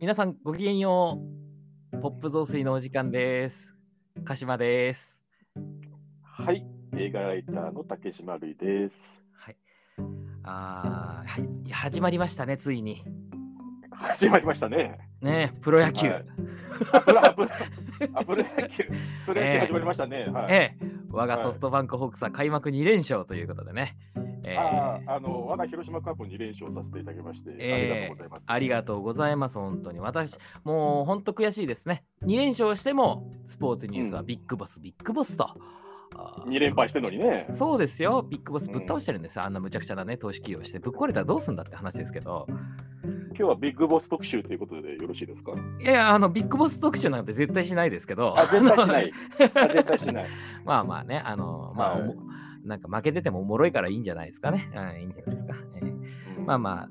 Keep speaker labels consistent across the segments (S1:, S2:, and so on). S1: 皆さんごきげんよう。ポップ増水のお時間です。鹿島です。
S2: はい、映画ライターの竹島るいです。
S1: はい。あーはい、始まりましたね、ついに。
S2: 始まりましたね。
S1: ねえプロ野球。
S2: はいアプロアプロアプロ野球、プロ野球始まりましたね。はい。
S1: ええ、我がソフトバンクホークスは開幕2連勝ということでね。ええ
S2: あーあの我が広島カープに連勝させていただきまして、
S1: えー
S2: ありがとうございます。
S1: ありがとうございます、本当に。私、もう本当悔しいですね。2連勝しても、スポーツニュースはビッグボス、ビッグボスと。あー
S2: 二連敗してるのにね。
S1: そうですよ、ビッグボスぶっ倒してるんですよ、あんな無茶苦茶なね、投資企業して、ぶっ壊れたらどうすんだって話ですけど、
S2: 今日はビッグボス特集ということでよろしいですか。
S1: いやいや、あの、ビッグボス特集なんて絶対しないですけど、
S2: あ、絶対しない。あ絶対しない。
S1: まあまあね、あの、まあ、
S2: はい
S1: おもなんか負けててもおもろいからいいんじゃないですかね。うん、いいんじゃないですか。ええ
S2: うん
S1: まあまあ、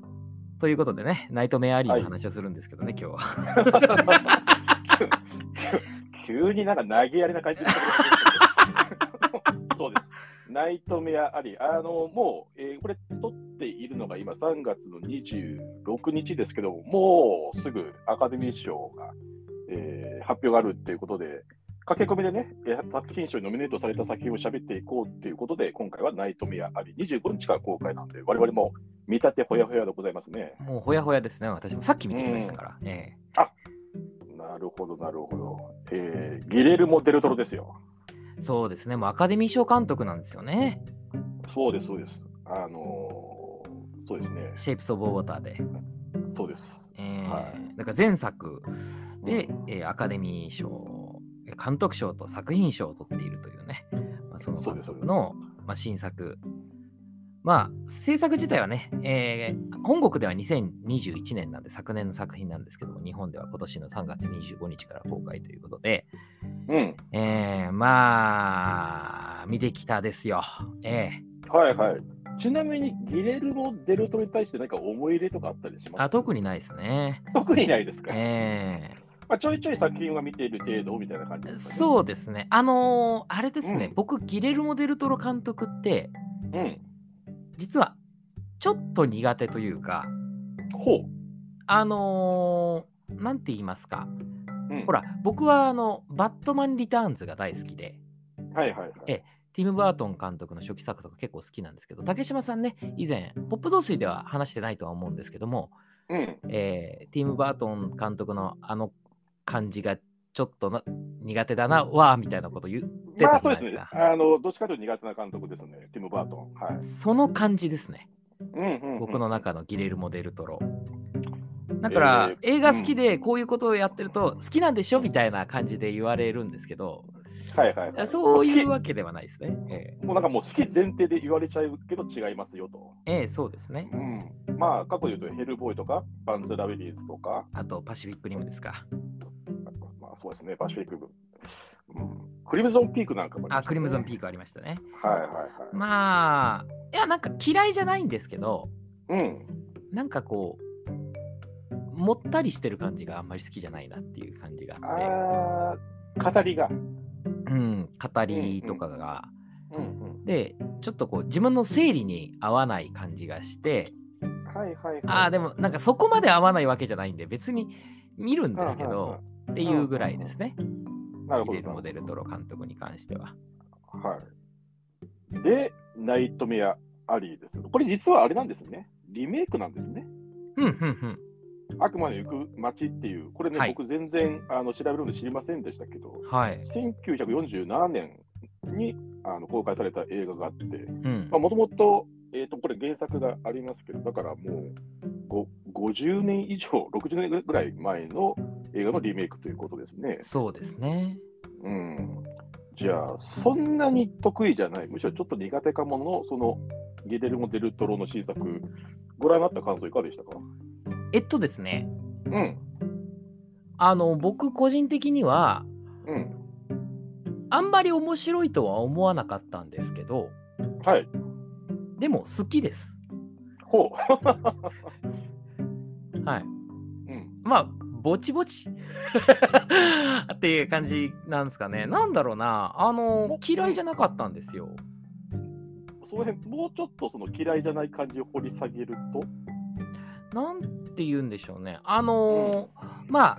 S1: ということでね、ナイトメアリーの話をするんですけどね、今日は。
S2: 急になんか投げやりな感じでそうです。ナイトメアあり、あのもう、えーこれ、撮っているのが今、3月の26日ですけども、もうすぐアカデミー賞が、えー発表があるっていうことで、駆け込みでね、えー作品賞にノミネートされた作品を喋っていこうっていうことで、今回はナイトメアあり、25日から公開なんで、我々も見立てほやほやでございますね。
S1: もうほやほやですね、私も。さっき見てきましたから。ええ
S2: なるほど、なるほど。えーギレルモ・デルトロですよ。
S1: そうですね、もうアカデミー賞監督なんですよね。
S2: そうです、そうです。あのーそうですね、
S1: シェイプス・オブ・ウォーターで。
S2: そうです。
S1: ええ
S2: は
S1: だから前作で、
S2: うん
S1: えーアカデミー賞、監督賞と作品賞を取っているというね、まあ、その
S2: そう
S1: 監
S2: です
S1: 督の、まあ、新作。まあ、制作自体はね、えー本国では2021年なんで、昨年の作品なんですけども、日本では今年の3月25日から公開ということで、
S2: うん、
S1: えーまあ、見てきたですよ。ええ
S2: はいはい。ちなみに、ギレルモ・デルトロに対して何か思い入れとかあったりします
S1: あ特にないですね。
S2: 特にないですか、
S1: ええ
S2: まあ、ちょいちょい作品は見ている程度みたいな感じですか、ね。
S1: そうですね。あのーあれですね、
S2: うん
S1: 僕、ギレルモ・デルトロ監督って、
S2: う。うん。
S1: 実はちょっと苦手というか、
S2: ほう。
S1: あのーなんて言いますか、
S2: うん、
S1: ほ。ら、僕はあの、バットマン・リターンズが大好きで、
S2: はいはいはい。
S1: えティム・バートン監督の初期作とか結構好きなんですけど、竹島さんね、以前、ポップ増水では話してないとは思うんですけども、
S2: うん。
S1: えーティム・バートン監督のあの感じがちょっとな苦手だな、わーみたいなこと言う、出
S2: ま
S1: た
S2: あ
S1: く
S2: そう
S1: ない
S2: ですね。あの、どっちかというと苦手な監督ですね。ティム・バートン。はい。
S1: その感じですね。
S2: うん うん、うん。
S1: 僕。の中のギレルモ・デルトロ。だから、映画好きでこういうことをやってると、好きなんでしょみたいな感じで言われるんですけど、
S2: はいはい、はい。
S1: そういう
S2: も
S1: わけではないですね。え
S2: う好き。もうなんかもう好き前提で言われちゃうけど違いますよと。
S1: えええそうですね。
S2: うん。まあ、過去で言うと、ヘルボーイとか、バンズ・ラビリーズとか、
S1: あと、パシフィック・リムですか。
S2: まあそうですね、パシフィック、うん。クリムゾンピークなんかも
S1: あ、クリムゾンピ
S2: ー
S1: ークありましたね。
S2: ク。はいはいはい。
S1: まあ、いや、なんか嫌いじゃないんですけど、
S2: うん。
S1: なんかこう、もったりしてる感じがあんまり好きじゃないなっていう感じがあって、
S2: あー語りが。
S1: うん、語りとかが、
S2: うん
S1: で、ちょっとこう、自分の生理に合わない感じがして、
S2: うん。はいはいはい。
S1: ああで
S2: も、
S1: もなんかそこまで合わないわけじゃないんで別に見るんですけどっていうぐらいですね。
S2: な
S1: 入
S2: るほ
S1: れる
S2: ど。
S1: モデルトロ監督に関しては。
S2: はい。で、ナイトメアアリーですよ。これ実はあれなんですね。リメイクなんですね。
S1: うんうん
S2: 悪魔の行く街っていう、これね、
S1: はい
S2: 僕全然あの調べるので知りませんでしたけど、
S1: うん。はい。
S2: 1947年にあの公開された映画があって、
S1: うん
S2: まあ、もともと、えっ、と、これ原作がありますけど、だからもう、ご50年以上、60年ぐらい前の映画のリメイクということですね。
S1: そうですね。
S2: うん。じゃあ、そんなに得意じゃない、むしろちょっと苦手かもの、その、ゲデルモ・デルトロの新作、ご覧になった感想いかがでしたか
S1: えっとですね、
S2: うん、
S1: あの僕個人的には
S2: うん、
S1: あんまり面白いとは思わなかったんですけど、
S2: はい、
S1: でも好きです。
S2: ほ
S1: はい。
S2: う、うん、
S1: まあ、ぼちぼち っていう感じなんですかね。なんだろうな。あの、嫌いじゃなかったんですよ。
S2: その辺もうちょっとその嫌いじゃない感じを掘り下げると、
S1: なんて言うんでしょうね。あのーまあ、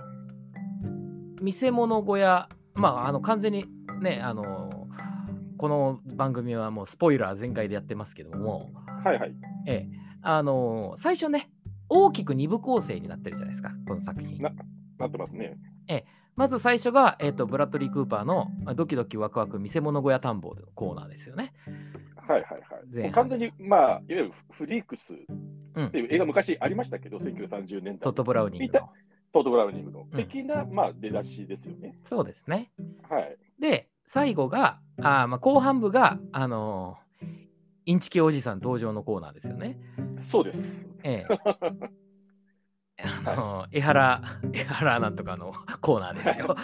S1: 見せ物小屋、まあ、あの完全にね、あのこの番組はもうスポイラー全開でやってますけども、
S2: はいはい。
S1: ええ、あの最初ね、大きく2部構成になってるじゃないですか、この作品。
S2: ななってますね。
S1: まず最初が、えっとブラッドリー・クーパーの「ドキドキワクワク見せ物小屋探訪」のコーナーですよね。
S2: はいはいはい。も
S1: 前
S2: う
S1: 半
S2: 完全に、まあ、いわゆるフリークスっ
S1: うん
S2: ていう映画昔ありましたけど、1930年代。
S1: トット・ブラウニング
S2: 見
S1: の。
S2: トート・ブラウニングの
S1: うん
S2: 的な、まあ、出だしですよね。
S1: そうですね。
S2: はい。
S1: で、最後が、あーまあ、後半部が、あのーインチキおじさん登場のコーナーですよね。
S2: そうです。
S1: ええ。あのー江原、江原なんとかの コーナーですよ。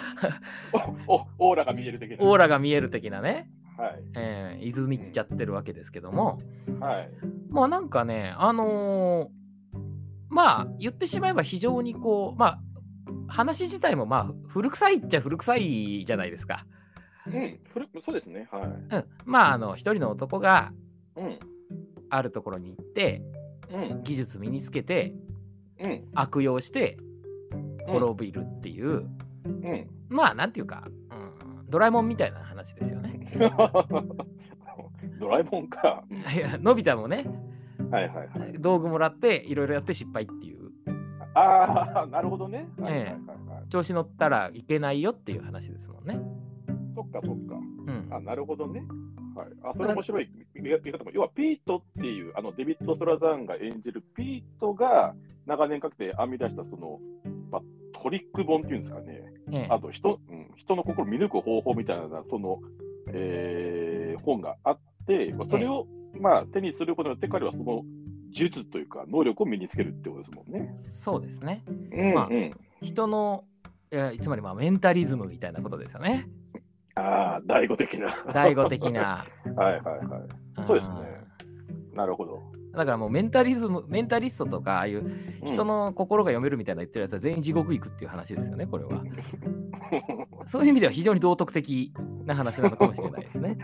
S2: おおオーラが見える的な。
S1: オー
S2: ラ。
S1: ラが見える的なね、
S2: はい。
S1: ええ、泉っちゃってるわけですけども、
S2: はい。
S1: まあなんかね、あのーまあ言ってしまえば非常にこう、まあ話自体もまあ古臭いっちゃ古臭いじゃないですか。
S2: うん、古くそうですね。はい。
S1: うん、まああの一人の男が
S2: うん。
S1: あるところに行って
S2: うん。
S1: 技術身につけて
S2: うん。
S1: 悪用して滅びるっていう、
S2: うん。
S1: まあなんていうか、うん、ドラえもんみたいな話ですよね。
S2: ドラえもんか。
S1: いやのび太もね
S2: はいはいはい。
S1: 道具もらっていろいろやって失敗っていう
S2: ああ、なるほどね。はいはいはい、
S1: え
S2: はい
S1: 調子乗ったらいけないよっていう話ですもんね。
S2: そっかそっか。
S1: うん、
S2: あなるほどね。はい、あそれ面白い見見見方も、要はピートっていう、あのデビッド・スラザーンが演じるピートが長年かけて編み出したその、まあ、トリック本っていうんですかね、
S1: ええ
S2: あと人,、うん、人の心を見抜く方法みたいなその、えー本があって、まあそれを、まあ、手にすることによって、彼はその技術というか、能力を身につけるってことですもんね。
S1: そうですね。
S2: うん
S1: まあ
S2: うん
S1: 人のえーつまりまあメンタリズムみたいなことですよね。
S2: ああ、醍醐的な。
S1: 醍醐的。な。
S2: はいはいはい。そうですね
S1: ん
S2: なるほど。
S1: だからもうメンタリズム、メンタリストとか、ああいう人 の心が読めるみたいな言ってるやつは全員地獄行くっていう話ですよね、これは。
S2: うん
S1: そういう意味では非常に道徳的な話なのかもしれないです ね。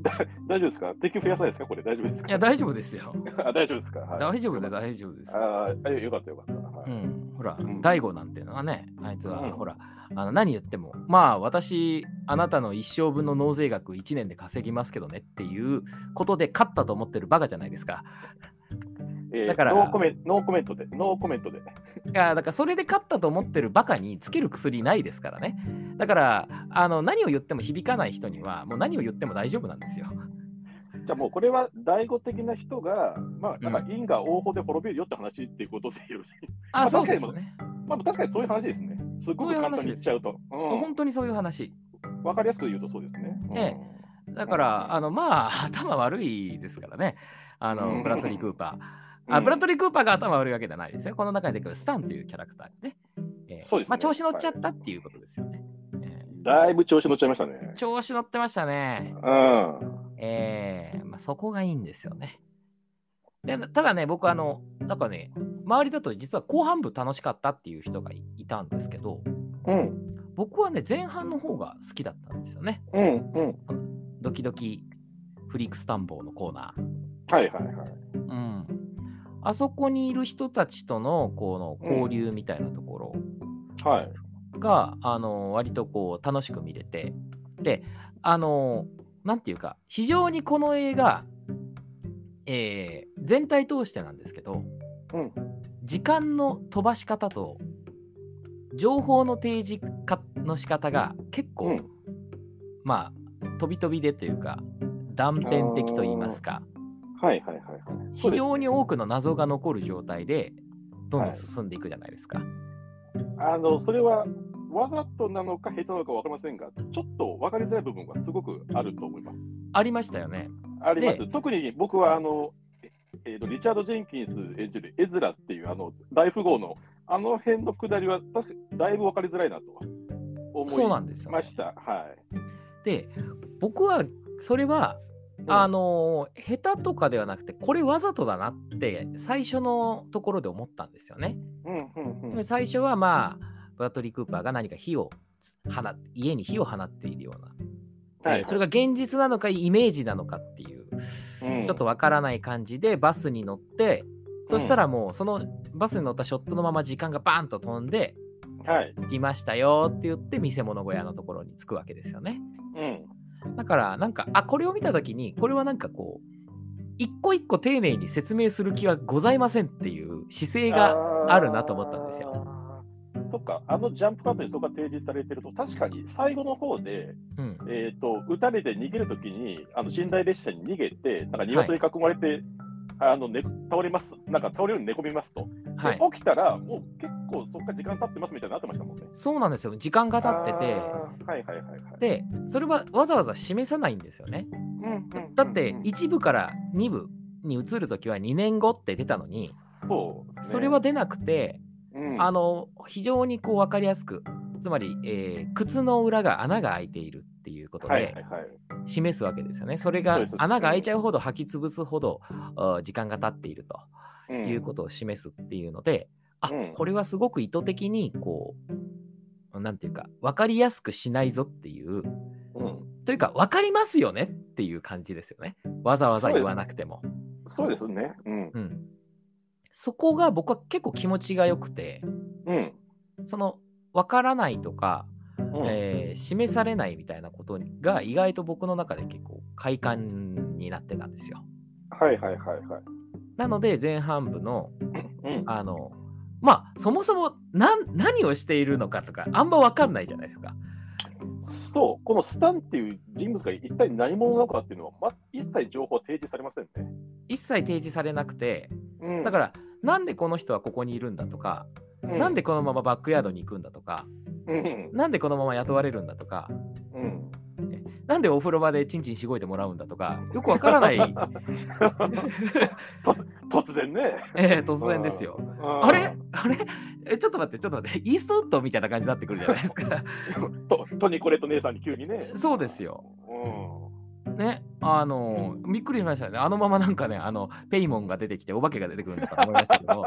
S2: だ大丈夫ですか敵増やさないですかこれ大丈夫ですか
S1: いや、大丈夫ですよ。
S2: あ大丈夫ですか、は
S1: 大
S2: い、
S1: 丈夫で
S2: よかっ
S1: 大丈夫です
S2: た。ああよかったよかった。は
S1: う
S2: い
S1: ん、ほら
S2: ん、
S1: 大悟なんていうのはね、あいつは、
S2: うん
S1: ほら、あの何言っても、まあ、私、あなたの一生分の納税額1年で稼ぎますけどねっていうことで勝ったと思ってるバカじゃないですか。
S2: えー
S1: だから
S2: ノーコメノーコメントで、ノーコメントで。
S1: いやだからそれで勝ったと思ってるバカにつける薬ないですからね。だからあの何を言っても響かない人にはもう何を言っても大丈夫なんですよ。
S2: じゃあもうこれは醍醐的な人が、まあ、なん
S1: う
S2: か因果応報で滅びるよって話っていうことでよろしい。
S1: あ
S2: あ
S1: そうですね。
S2: まあ確かにそういう話ですね。すごく簡単に言っちゃうと。
S1: もう
S2: う
S1: 本当にそういう話。
S2: ん、わかりやすく言うとそうですね。うん
S1: ええだからあのまあ 頭悪いですからね。あ
S2: う
S1: の
S2: ん
S1: ブラッドリー・クーパー。あ
S2: うん
S1: ブラッドリー・クーパーが頭悪いわけじゃないですよ。この中に出てくるスタンというキャラクターね。えー
S2: そうですね
S1: まあ、調子乗っちゃったっていうことですよね。え
S2: だいぶ調子乗っちゃいましたね。
S1: ー調子乗ってましたね。
S2: うん。
S1: えーまあ、そこがいいんですよね。でただね、僕あの、なんかね、周りだと実は後半部楽しかったっていう人がいいたんですけど、
S2: うん。
S1: 僕はね、前半の方が好きだったんですよね。
S2: うん。うん。
S1: ドキドキフリークスタンボーのコーナー。
S2: はいはいはい。
S1: うん。あそこにいる人たちとのこの交流みたいなところ
S2: はい。
S1: が、あの割とこう楽しく見れてであのなんていうか非常にこの映画、えー全体通してなんですけど
S2: うん。
S1: 時間の飛ばし方と情報の提示かの仕方が結構、
S2: うん
S1: まあ飛び飛びでというか断片的と言いますか
S2: はいはいはいはい。そ
S1: 非
S2: うです
S1: 常に多くの謎が残る状態でどんどん進んでいくじゃないですか。
S2: あのそれはわざとなのか下手なのか分かりませんが、ちょっと分かりづらい部分がすごくあると思います。
S1: ありましたよね。
S2: ありま。
S1: です
S2: 特に僕はあの、ええーとリチャード・ジェンキンス演じるエズラっていうあの大富豪のあの辺のくだりは確かにだいぶ分かりづらいなと
S1: そうな
S2: 思い
S1: んですよ、ね
S2: ま。した。はい。
S1: で僕はそれは、
S2: うん
S1: あのー下手とかではなくてこれわざとだなって最初のところで思ったんですよね。
S2: うんうんうん。
S1: 最初はまあブラッドリー・クーパーが何か火を放っ家に火を放っているような、えーそれが
S2: が、
S1: 現実なのかイメージなのかっていう、
S2: うん
S1: ちょっとわからない感じでバスに乗ってそしたらもうそのバスに乗ったショットのまま時間がバーンと飛んで
S2: はい。
S1: 来ましたよって言って見せ物小屋のところに着くわけですよね。
S2: うん。
S1: だからなんかあこれを見た時にこれはなんかこう一個一個丁寧に説明する気はございませんっていう姿勢があるなと思ったんですよ
S2: あー。そっか、あのジャンプカートにそこが提示されてると、確かに最後の方で、
S1: うん
S2: えっ、と、撃たれて逃げるときに、あの寝台列車に逃げて、なんか鶏に囲まれて、あのね、倒れます、なんか倒れるように寝込みますと、で
S1: はい、
S2: 起きたら、もう結構そっから時間経ってますみたいになってましたもんね。
S1: そうなんですよ時間が経ってて
S2: あーはいはいはいはい。
S1: でそれはわざわざ示さないんですよね
S2: うんうんうんうん
S1: だって1部から2部に移る時は2年後って出たのに
S2: そうですね、
S1: それは出なくて
S2: うん、
S1: あの非常にこう分かりやすくつまり、えー靴の裏が穴が開いているっていうこと
S2: はいはい
S1: で
S2: はい。
S1: 示すわけですよね。それ
S2: そう
S1: が
S2: です
S1: 穴が開いちゃうほど履き潰すほどあー時間が経っていると
S2: うん
S1: いうことを示すっていうので、あ
S2: うん
S1: これはすごく意図的にこうなんていうか分かりやすくしないぞっていう
S2: うん
S1: というか分かりますよねっていう感じですよね。わざわざ言わなくても。
S2: そうですね。うん。
S1: うん、そこが僕は結構気持ちが良くて。
S2: うん。
S1: その分からないとか、
S2: うん
S1: えー示されないみたいなことが意外と僕の中で結構快感になってたんですよ。
S2: はいはいはいはい。
S1: なので前半部の
S2: うん。
S1: あのまあそもそも何何をしているのかとかあんま分かんないじゃないですか。
S2: そう、このスタンっていう人物が一体何者なのかっていうのは、ま、一切情報は提示されませんね。
S1: 一切提示されなくて
S2: うん
S1: だからなんでこの人はここにいるんだとか、
S2: ら
S1: なんでこのままバックヤードに行くんだとか
S2: うん。
S1: なんでこのまま雇われるんだとか
S2: うん。
S1: なんでお風呂場でチンチンしごいてもらうんだとかよく分からない、
S2: 突然ね。
S1: えー突然ですよ。
S2: あ
S1: あれあれえちょっと待って、ちょっと待って、イーストウッドみたいな感じになってくるじゃないですか。
S2: とトニコレット姉さんに急にね。
S1: そうですよ。
S2: うん。
S1: ね、あの、びっくりしましたね。あのままなんかね、あの、ペイモンが出てきて、お化けが出てくるのかと思いましたけ ど、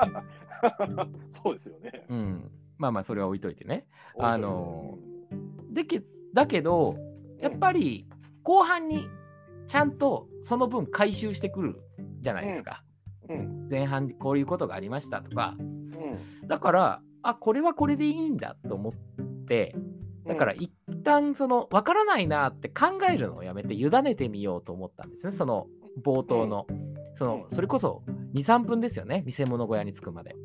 S2: そうですよね。
S1: うん、まあまあ、それは置いといてね。あのでけだけど、やっぱり後半にちゃんとその分回収してくるじゃないですか。
S2: うん。
S1: 前半にこういうことがありましたとか。
S2: うん。
S1: だから、あ、これはこれでいいんだと思って、だから一旦その分からないなって考えるのをやめて委ねてみようと思ったんですねその冒頭のその
S2: うん
S1: それこそ23分ですよね見せ物小屋に着くまで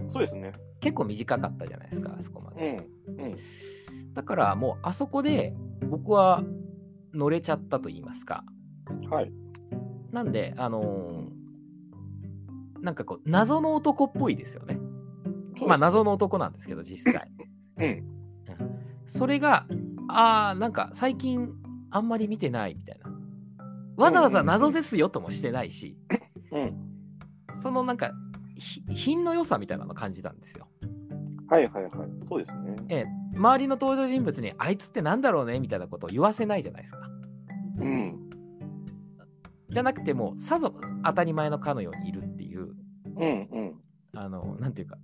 S2: うん、そうですね。
S1: 結構短かったじゃないですかあそこま
S2: う
S1: で
S2: ん。うん。
S1: だからもうあそこで僕は乗れちゃったと言いますか
S2: はい。
S1: なんであのーなんかこう謎の男っぽいですよねまあ謎の男なんですけど実際
S2: うん。
S1: それがあーなんか最近あんまり見てないみたいなわざわざ謎ですよともしてないし、
S2: うん。
S1: そのなんかひ品の良さみたいなの感じたんですよ、
S2: はいはいはい。そうですね。
S1: ええ周りの登場人物にあいつってなんだろうねみたいなことを言わせないじゃないですか
S2: うん。
S1: じゃなくてもうさぞ当たり前のかのようにいるっていう
S2: うん。うん。
S1: あのなんていうか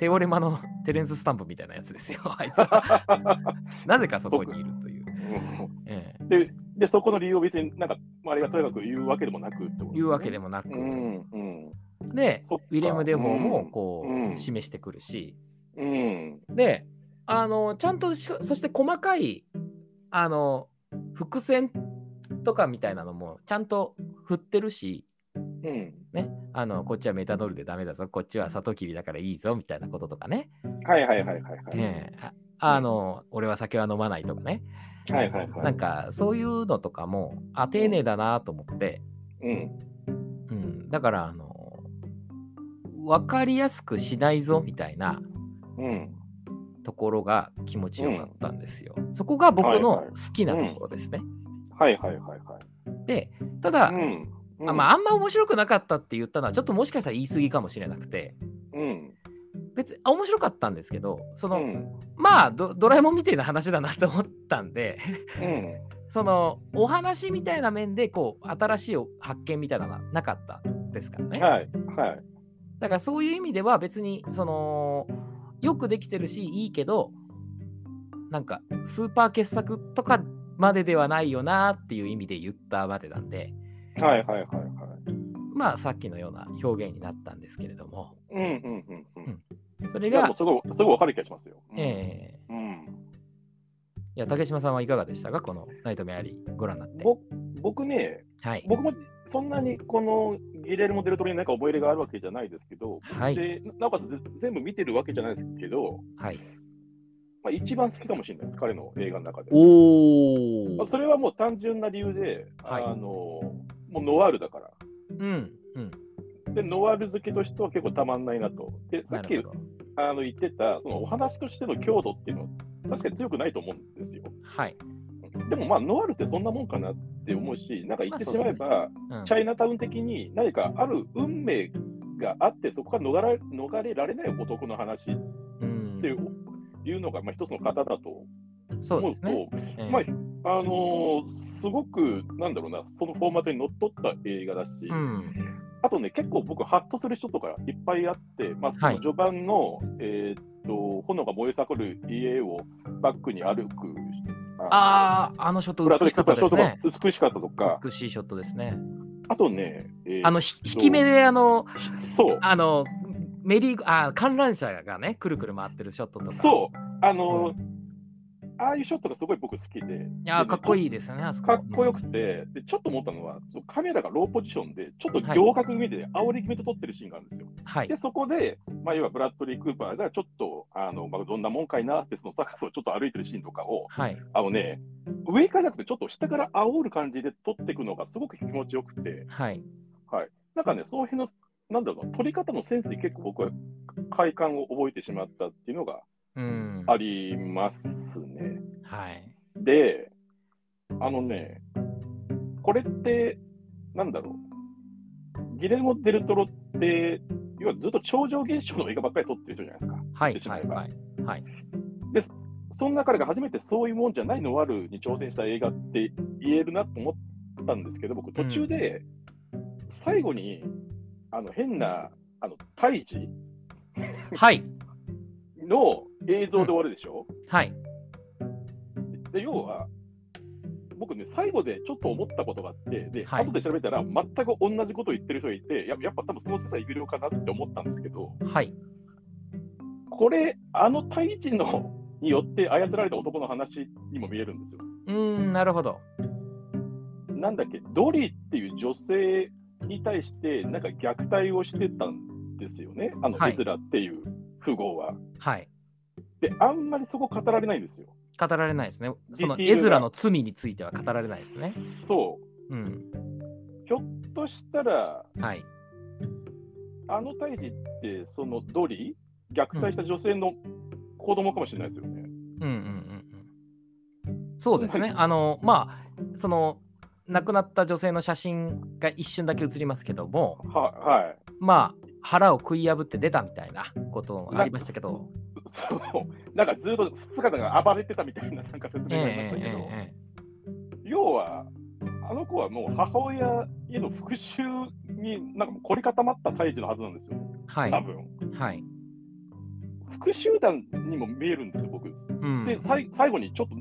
S1: テオレマのテレンススタンプみたいなやつですよ あいつはなぜかそこにいるという、ええ
S2: で、そこの理由を別になんか、周りがとにかく言うわけでもなくってこと、
S1: いうわけ
S2: で。
S1: でもなく、
S2: うん。うん。
S1: で
S2: そっか
S1: ウィレム・デフォーもこう、
S2: うん
S1: 示してくるし
S2: うん。
S1: であのちゃんとしそして細かいあの伏線とかみたいなのもちゃんと振ってるし、
S2: うん。
S1: ね、あのこっちはメタノールでダメだぞこっちはサトウキビだからいいぞみたいなこととかね、
S2: はいはいはいはいはい。
S1: ええああの俺は酒は飲まないとかね
S2: はいはいは
S1: ないん。かそういうのとかもあ丁寧だなと思って、
S2: うん。
S1: うん、だからあの分かりやすくしないぞみたいな
S2: うん。
S1: ところが気持ちよかったんですよ。そこが僕
S2: はい
S1: の
S2: はい
S1: 好きなところですね。
S2: はいはいはいは
S1: で、ただ、
S2: い。うん。
S1: あまあ、あんま面白くなかったって言ったのは、ちょっともしかしたら言い過ぎかもしれなくて、
S2: うん。
S1: 別にあ面白かったんですけど、そうの、
S2: ん。
S1: まあド、ドラえもんみたいな話だなと思ったんで、
S2: うん。
S1: その、お話みたいな面で、こう、新しいお発見みたいなのはなかったですからね。
S2: はいはい。
S1: だから、そういう意味では、別に、その、よくできてるし、いいけど、なんか、スーパー傑作とかまでではないよなっていう意味で言ったまでなんで、
S2: はいはいはいはい。
S1: まあさっきのような表現になったんですけれども、
S2: うんうんうんうん。
S1: それ
S2: い
S1: が
S2: やもう、すごい、すごいわかる気がしますよ。うん
S1: えー
S2: うん、
S1: いや、竹島さんはいかがでしたかこのナイトメアリーご覧になって。
S2: ぼ僕ね、
S1: はい。
S2: 僕もそんなにこのギレルモ・デルトロに何か覚え入れがあるわけじゃないですけど、
S1: はい。
S2: でなおかつぜ全部見てるわけじゃないですけど、
S1: はい。
S2: まあ、一番好きかもしれないです、彼の映画の中で。
S1: お
S2: まあそれはもう単純な理由で、
S1: はい
S2: あのもうノワールだから。
S1: うん。うん。
S2: で、ノワール好きとしては結構たまんないなと。で、さっ
S1: な
S2: き
S1: るほど。
S2: あの言ってた、そのお話としての強度っていうのは、確かに強くないと思うんですよ。
S1: はい。
S2: でもまあ、ノワールってそんなもんかなって思うし、なんか言ってしまえば、
S1: うん
S2: チャイナタウン的に何かある運命があって、そこから逃れ逃れられない男の話っ
S1: うん
S2: ていう,、いうのが、まあ、一つの型だと
S1: そう
S2: 思う
S1: です
S2: と、
S1: ね。え
S2: まあ
S1: ー、
S2: あのーすごく、なんだろうな、そのフォーマットにのっとった映画だし、
S1: うん。
S2: あとね、結構僕、ハッとする人とかいっぱいあって、まあ、そ
S1: はい
S2: の序盤の、えーっと炎が燃え盛る家をバックに歩く、
S1: ああ、あのショット
S2: の
S1: 美しかったですね。
S2: そうそう美しかったとか、
S1: 美しいショットですね。
S2: あとね、えー
S1: あの、ひ引き目で、あの、
S2: そう、
S1: あの、メリーゴ、あー観覧車がね、くるくる回ってるショットとか。
S2: そう、あのーああいうショットがすごい僕好きで、
S1: いやー、かっこい
S2: い。
S1: いですよね、あそこ。
S2: かっこよ
S1: う
S2: く
S1: ん
S2: て、でちょっと思ったのは、そうカメラがローポジションで、ちょっと行角目で煽り気味と撮ってるシーンがあるんですよ。
S1: はい
S2: で、。そこで、まあ、要はブラッドリー・クーパーがちょっと、あのまあ、どんなもんかいなって、そのサカスをちょっと歩いてるシーンとかを、
S1: はい。
S2: あのね、上からじゃなくて、ちょっと下から煽る感じで撮っていくのがすごく気持ちよくて、
S1: はい。
S2: なんかね、その辺の、なんだろうな、撮り方のセンスに結構僕は快感を覚えてしまったっていうのが
S1: うん。
S2: ありますね。
S1: はい。
S2: で、あのね、これって、なんだろう、ギレルモ・デルトロって、要はずっと超常現象の映画ばっかり撮ってる人じゃないですか。
S1: はい。
S2: 言ってし
S1: は
S2: まえ
S1: い。
S2: ば
S1: はい。はい。
S2: そんな彼が初めてそういうもんじゃないのワルに挑戦した映画って言えるなと思ったんですけど、僕、途中で最後にあの変なあの胎児
S1: はい。
S2: の映像で終わるでしょ、
S1: はい。
S2: で要は、僕ね、最後でちょっと思ったことがあって、で
S1: はい
S2: 後で調べたら、全く同じことを言ってる人がいて、ややっぱ多分その世代有料かなって思ったんですけど、
S1: はい。
S2: これ、あの胎児のによって操られた男の話にも見えるんですよ。
S1: うーん、なるほど。
S2: なんだっけ、ドリーっていう女性に対して、なんか虐待をしてたんですよね、あの
S1: はい
S2: エズラっていう富豪は。
S1: はい。
S2: で、あんまりそこ語られないんですよ。
S1: 語られないですね。その
S2: ディティール
S1: 絵
S2: が
S1: 面の罪については語られないですね。
S2: そ
S1: うん。
S2: う、ひょっとしたら、
S1: はい。
S2: あの胎児って、そのドリー、虐待した女性の子供かもしれないですよね。
S1: うんうんうんうん。そうですね。あの、まあ、その、亡くなった女性の写真が一瞬だけ写りますけども、
S2: ははい。
S1: まあ、腹を食い破って出たみたいなこともありましたけど、
S2: そうなんかずっと姿が暴れてたみたいななんか説
S1: ええ
S2: 明がありましたけ
S1: え
S2: ど、
S1: ええ
S2: 要は、あの子はもう母親への復讐になんかもう凝り固まった胎児のはずなんですよ、
S1: えは
S2: 多
S1: い、
S2: 分
S1: はい。
S2: 復讐団にも見えるんですよ、僕。
S1: うん
S2: で、さい最後にちょっと、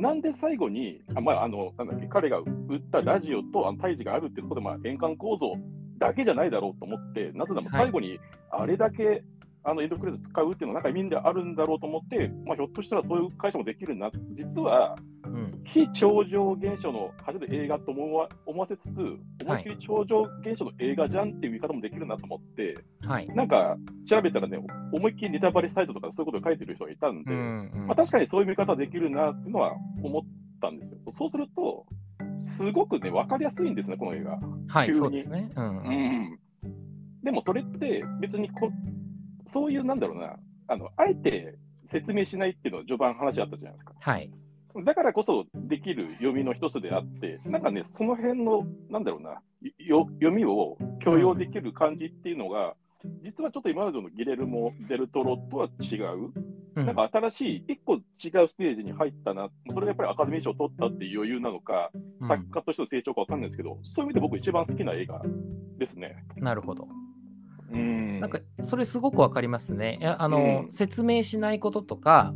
S2: なんで最後に、あまあ、あのなんだっけ彼が売ったラジオとあの胎児があるってことで、まあ、円環構造だけじゃないだろうと思って、なぜなら
S1: はい
S2: 最後にあれだけあのエンドクレート使うっていうのは、なんか意味であるんだろうと思って、まあ、ひょっとしたらそういう解釈もできるな、実は
S1: うん、
S2: 非超常現象の初めて映画と思わ思わせつつ、思いっきり超常現象の映画じゃんっていう見方もできるなと思って。
S1: はい。
S2: なんか調べたらね、思いっきりネタバレサイトとかそういうことを書いてる人がいたんで、
S1: うんうん
S2: まあ、確かにそういう見方できるなっていうのは思ったんですよ。そうすると、すごくね、分かりやすいんですね、この映画。
S1: は
S2: 急
S1: い、
S2: に
S1: そうですね。うん
S2: う
S1: うん
S2: ん、でもそれって、別にこそういう、なんだろうなあの、あえて説明しないっていうのは序盤話あったじゃないですか。
S1: はい。
S2: だからこそできる読みの一つであって、なんかね、その辺の、なんだろうな、よ読みを許容できる感じっていうのが、実はちょっと今までのギレルモ・デルトロとは違う、
S1: うん
S2: なんか新しい、一個違うステージに入ったな、それがやっぱりアカデミー賞を取ったっていう余裕なのか、
S1: うん
S2: 作家としての成長かわかんないですけど、そういう意味で僕、一番好きな映画ですね。
S1: なるほど。
S2: うん
S1: なんか、それすごくわかりますね。いやあの、
S2: うん
S1: 説明しないこととか、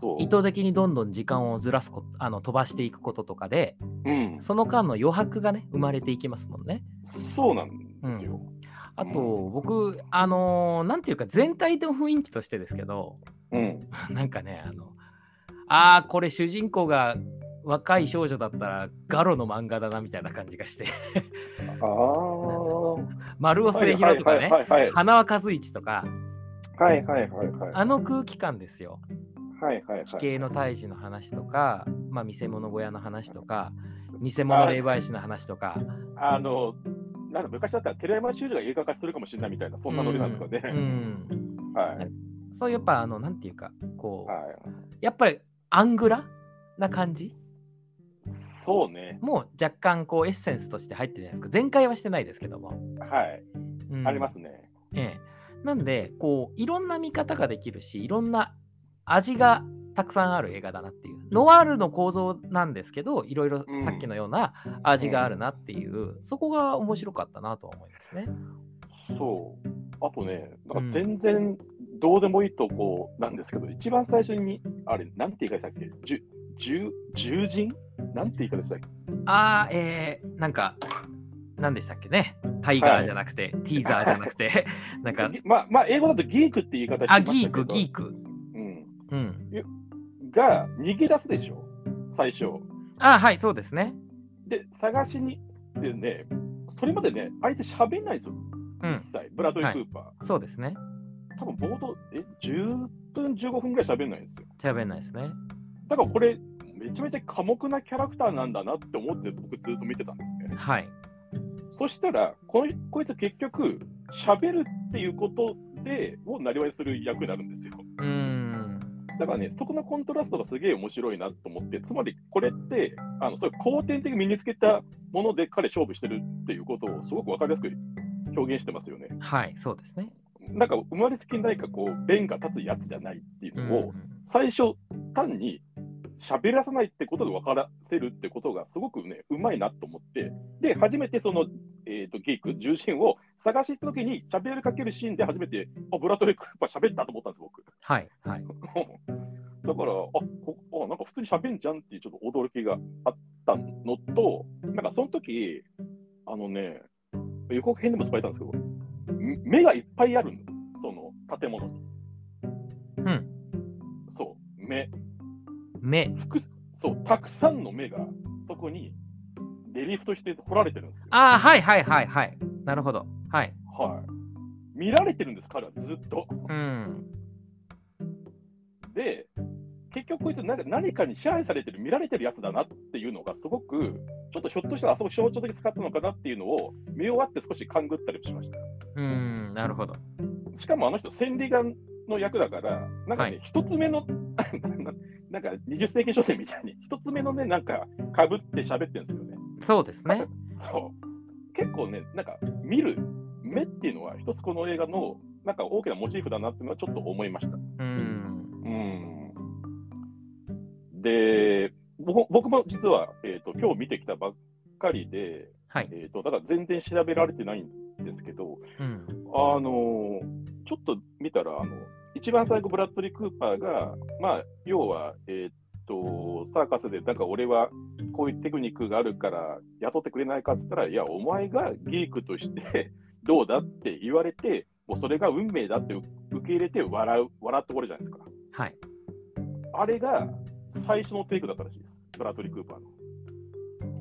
S2: そう
S1: 意図的にどんどん時間をずらすことあの飛ばしていくこととかで
S2: うん、
S1: その間の余白がね生まれていきますもんね。
S2: そうなんですですよ。
S1: あと、僕、あのーなんていうか、全体の雰囲気としてですけど、
S2: うん。
S1: なんかね、あの、あー、これ主人公が若い少女だったら、ガロの漫画だなみたいな感じがして、
S2: ああ。
S1: 丸尾末広とかね、
S2: はいはいはい
S1: 花輪和一とか、
S2: はいはいはいはい。
S1: あの空気感ですよ。
S2: はいはい
S1: 奇
S2: はい。
S1: 形の胎児の話とか、まあ、見せ物小屋の話とか、偽物霊媒師の話とか、
S2: あの、なんか昔だったら寺山修司が映画化するかもしれないみたいな、そんなノリなんですかね。
S1: うん、
S2: はい。
S1: そうやっぱあのなんていうかこう、
S2: はい。
S1: やっぱりアングラな感じ
S2: そうね。
S1: もう若干こうエッセンスとして入ってるじゃないですか全開はしてないですけども、
S2: はい。
S1: うん
S2: ありますね。
S1: ええなんでこういろんな見方ができるしいろんな味がたくさんある映画だなっていうノワールの構造なんですけどいろいろ
S2: うん
S1: さっきのような味があるなっていう、そこが面白かったなとは思いますね。
S2: そう。あとね、なんか全然どうでもいいとこなんですけど、一番最初に、あれ、なんて言い方でしたっけじゅ、じゅ、獣人なんて言い方でしたっけ
S1: あーえー、なんか何でしたっけねタイガーじゃなくて、ティーザーじゃなく てなんか
S2: まあ、まあ、英語だとギークって言い方してま
S1: あ
S2: したけど。
S1: ギークギーク。
S2: うん。
S1: うん、
S2: が、逃げ出すでしょ、最初。
S1: あはいそうですね。
S2: で、探しに、でね、それまでね、相手喋んないんですよ、
S1: う
S2: 一
S1: ん
S2: 切、ブラッドリー・クーパー。
S1: そうですね。
S2: 多分冒頭、え、10分、15分ぐらい喋んないんですよ。
S1: 喋んないですね。
S2: だからこれ、めちゃめちゃ寡黙なキャラクターなんだなって思って、僕ずっと見てたんですね。
S1: はい。
S2: そしたら、こいこいつ結局、喋るっていうことで、をなりわいする役になるんですよ。
S1: うーん。
S2: だからね、そこのコントラストがすげえ面白いなと思って、つまりこれって、あのそういう後天的に身につけたもので彼勝負してるっていうことをすごく分かりやすく表現してますよね。
S1: はい、そうですね。
S2: なんか生まれつき何かこう、弁が立つやつじゃないっていう
S1: うん
S2: のを、最初、単に喋らさないってことで分からせるってことがすごくね、うまいなと思って、で、初めてその、えー、とギーク、重心を探していったときに、喋りかけるシーンで初めて、あ、ブラトリー・クーパー喋ったと思ったんです、僕。
S1: はい、はい。
S2: だから、あこあなんか普通に喋んじゃんっていうちょっと驚きがあったのと、なんかその時あのね、予告編でも伝えたんですけど、ん目がいっぱいあるの、その建物に。
S1: うん。
S2: そう、目、
S1: 目。
S2: 複そう、たくさんの目がそこにレリーフとして彫られてるんですよ。
S1: ああ、はい、はい、はい、はい。なるほど。はい。
S2: はい。見られてるんです、彼はずっと。
S1: うん。
S2: で、結局こいつなんか何かに支配されてる、見られてるやつだなっていうのが、すごく、ちょっとひょっとしたらあそこ象徴的に使ったのかなっていうのを見終わって少し勘ぐったりもしまし
S1: うーん、なるほど。
S2: た。しかもあの人、千里眼の役だから、なんか
S1: は
S2: ね
S1: い、
S2: 一、つ目の、 なんか20世紀書店みたいに、一つ目のね、なんかかぶって喋ってるんですよね。
S1: そうですね。
S2: そう。結構ね、なんか見る目っていうのは、一つこの映画の、なんか大きなモチーフだなっていうのはちょっと思いました。
S1: うーん。
S2: うんで、僕僕も実は、えー、と今日見てきたばっかりで、
S1: はい。
S2: えーと、だから全然調べられてないんですけど、
S1: うん。
S2: あのちょっと見たらあの、一番最後、ブラッドリー・クーパーが、まあ、要は、えー、とサーカスで、なんか俺はこういうテクニックがあるから雇ってくれないかって言ったら、いや、お前がギークとして どうだって言われて、もうそれが運命だって受け入れて笑う、笑って終わるじゃないですか。
S1: はい。
S2: あれが最初のテイクだったらしいです、ブラッドリー・クーパーの。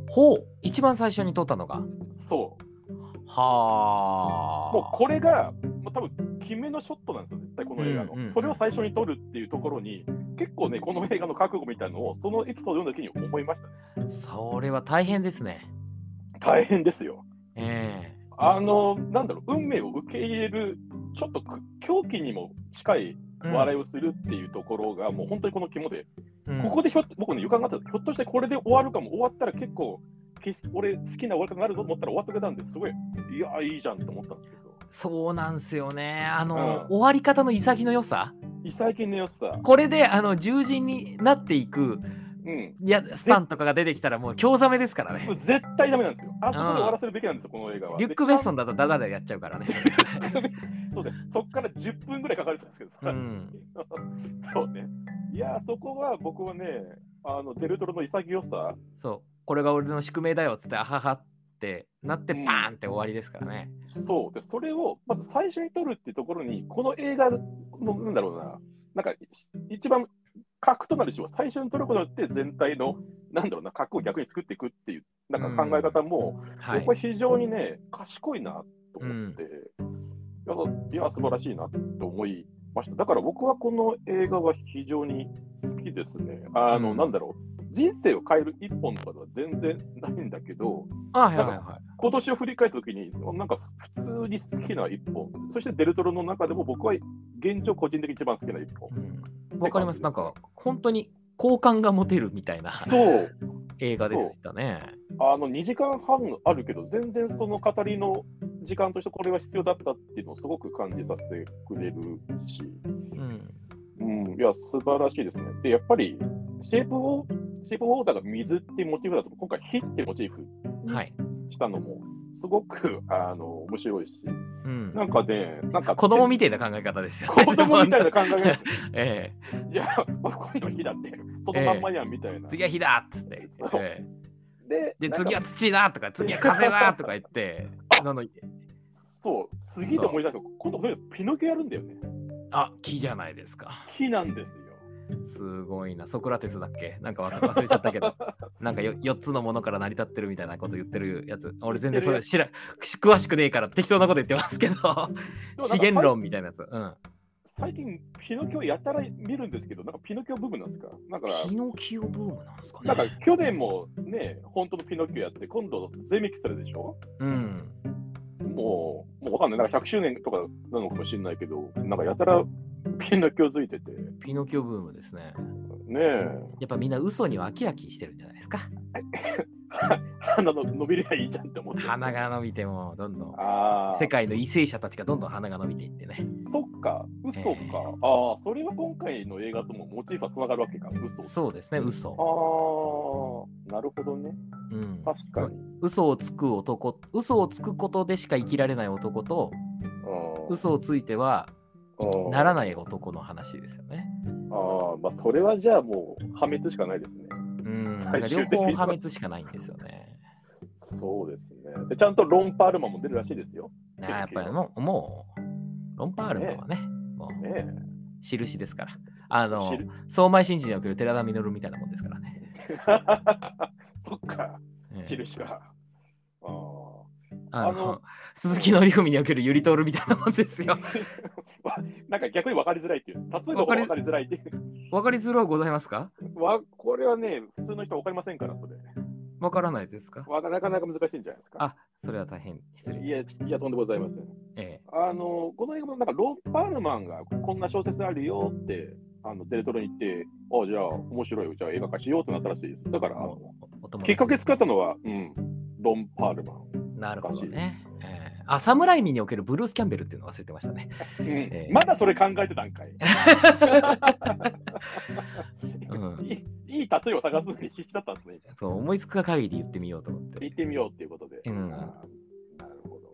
S1: ほう。一番最初に撮ったのが。
S2: そう、
S1: はあ。
S2: もうこれが、もう多分決めのショットなんですよ、絶対この映画の。
S1: うんうんうん
S2: それを最初に撮るっていうところに、結構ね、この映画の覚悟みたいなのを、そのエピソードを読んだ時に思いましたね。
S1: それは大変ですね。
S2: 大変ですよ。
S1: え
S2: あの、なんだろう、運命を受け入れる、ちょっとく狂気にも近い
S1: え
S2: 笑いをするっていうところが、もう本当にこの肝で、
S1: うん
S2: ここでひょっ僕ね、予感があったんですひょっとしてこれで終わるかも、終わったら結構、けし俺、好きな終わり方になるぞと思ったら終わってくれたんですごい、いや、いいじゃんと思ったんですけど、
S1: そうなんすよね。あの、
S2: うん
S1: 終わり方の潔の良さ。
S2: 潔気の良さ、
S1: これであの獣人になっていく
S2: うん、
S1: いやスタンとかが出てきたらもう興ざめですからね
S2: これ。絶対ダメなんですよ。あそこで終わらせるべきなんですよ、この映画は。
S1: リュック・ベッソ
S2: ン
S1: ンだとダダダやっちゃうからね。
S2: そうで、そこから10分ぐらいかかるんですけどさ、
S1: うん、
S2: そうね。いや、そこは僕はね、あのデルトロの潔さ、
S1: そうこれが俺の宿命だよっつってあははってなってバーンって終わりですからね。
S2: そうでそれをまず最初に撮るっていうところに、この映画の、なんだろうな、なんか一番核となる人を最初に撮ることによって、全体の、なんだろうな、核を逆に作っていくっていう、なんか考え方も、
S1: はい
S2: 僕は。非常にね、賢いなと思って、いや、いや素晴らしいなと思いました。だから僕はこの映画は非常に好きですね。あの、
S1: うん
S2: なんだろう、人生を変える一本とかでは全然ないんだけど、
S1: あはいはいは
S2: 今年を振り返ったときに、なんか普通に好きな一本、そしてデルトロの中でも僕は現状、個人的に一番好きな一本
S1: い。。うんわ、かります。なんか本当に好感が持てるみたいな
S2: そう、
S1: 映画でしたね。
S2: あの2時間半あるけど、全然その語りの時間としてこれは必要だったっていうのをすごく感じさせてくれるし、
S1: うん。
S2: うん、いや、素晴らしいですね。で、やっぱりシェイプウォー、シェイプウォーターが水っていうモチーフだと、今回、火っていうモチーフ
S1: はい。
S2: したのも、すごくあの面白いし、
S1: うん。
S2: なんかね、なんか
S1: 子供みたいな考え方ですよ、ね。
S2: 子供みたいな考え方
S1: え
S2: いや、まあ、今度は火だって、そのまんまやんみたいな。
S1: え次は火だっつって。ええ
S2: で
S1: で
S2: なんか
S1: 次は土だとか次は風だとか言 って。なのに
S2: そう、次で思い出した今度、ピノキオやるんだよね。
S1: あ木じゃないですか。
S2: 火なんですよ。
S1: すごいな。ソクラテスだっけなんかわか忘れちゃったけ ど。なんかよ4つのものから成り立ってるみたいなこと言ってるやつ。俺全然それ知ら詳しくねえから適当なこと言ってます けど。
S2: でもなんか
S1: 資源論みたいなやつ。うん。
S2: 最近、ピノキオやたら見るんですけど、なんかピノキオブームなんですかなんか、
S1: ピノキオブームなんですか
S2: なんか
S1: ね。
S2: 去年もね、本当のピノキオやって、今度ゼミキするでしょ
S1: うん。
S2: もう、もうわかんない。なんか100周年とかなのかもしれないけど、なんかやたらピノキオづいてて、
S1: ピノキオブームですね。
S2: ねえ、
S1: やっぱみんな嘘には飽き飽きしてるんじゃないですか。
S2: 鼻の伸びりゃいいじゃんって思って。
S1: 鼻が伸びてもどんどん
S2: ああ。
S1: 世界の為政者たちがどんどん鼻が伸びていってね。
S2: そっか、嘘か。
S1: ええ
S2: ああ、それは今回の映画ともモチーフはつながるわけか、嘘。
S1: そうですね、嘘。
S2: ああ、なるほどね。
S1: うん、
S2: 確かに。
S1: 嘘をつく男、嘘をつくことでしか生きられない男と、
S2: うん
S1: 嘘をついては
S2: うん
S1: ならない男の話ですよね。
S2: ああ、まあ、それはじゃあもう破滅しかないですね。
S1: うん、だか
S2: 最
S1: ら
S2: 終
S1: 両
S2: 的に
S1: 方
S2: は
S1: 破滅しかないんですよね。
S2: そうですね。で、ちゃんとロンパールマンも出るらしいですよ。
S1: あーやっぱりもう、もうロンパールマンはね、もう
S2: ねえ。
S1: 印ですから。あの
S2: 知る、
S1: 相米信者における寺田稔みたいなもんですからね。
S2: そっか、
S1: うん
S2: 印が。ああ。
S1: あ
S2: あ
S1: の
S2: の
S1: 鈴木紀文におけるゆりとおるみたいなもんですよ。
S2: わなんか逆に分かりづらいっていう。例えば
S1: わかり
S2: 分かりづらいっていう。
S1: わかりづらうございますか
S2: わこれはね、普通の人分かりませんから、それ。
S1: わからないですか
S2: わなかなか難しいんじゃないですか。
S1: あ、それは大変失礼
S2: い
S1: いた
S2: や、
S1: し
S2: い
S1: ました。
S2: や、とんでもございません。
S1: え
S2: あの、この映画も、なんか、ロン・パールマンが、こんな小説あるよって、あの、デルトロに行って、あ、じゃあ、面白いよ、じゃあ映画化しようってなったらしいです。だから
S1: え、もうおお友達
S2: きっかけ作ったのは、うん、ロン・パールマン。
S1: なるほどね。ええあ、サムライミにおけるブルース・キャンベルっていうの忘れてましたね。
S2: うん
S1: ええ
S2: まだそれ考えてたんかい。
S1: うん、
S2: いいいい例えを探すのに必死だったんですね。
S1: そう思いつく限り言ってみようと思って。
S2: 行ってみようっていうことで。
S1: うん
S2: あーなるほど。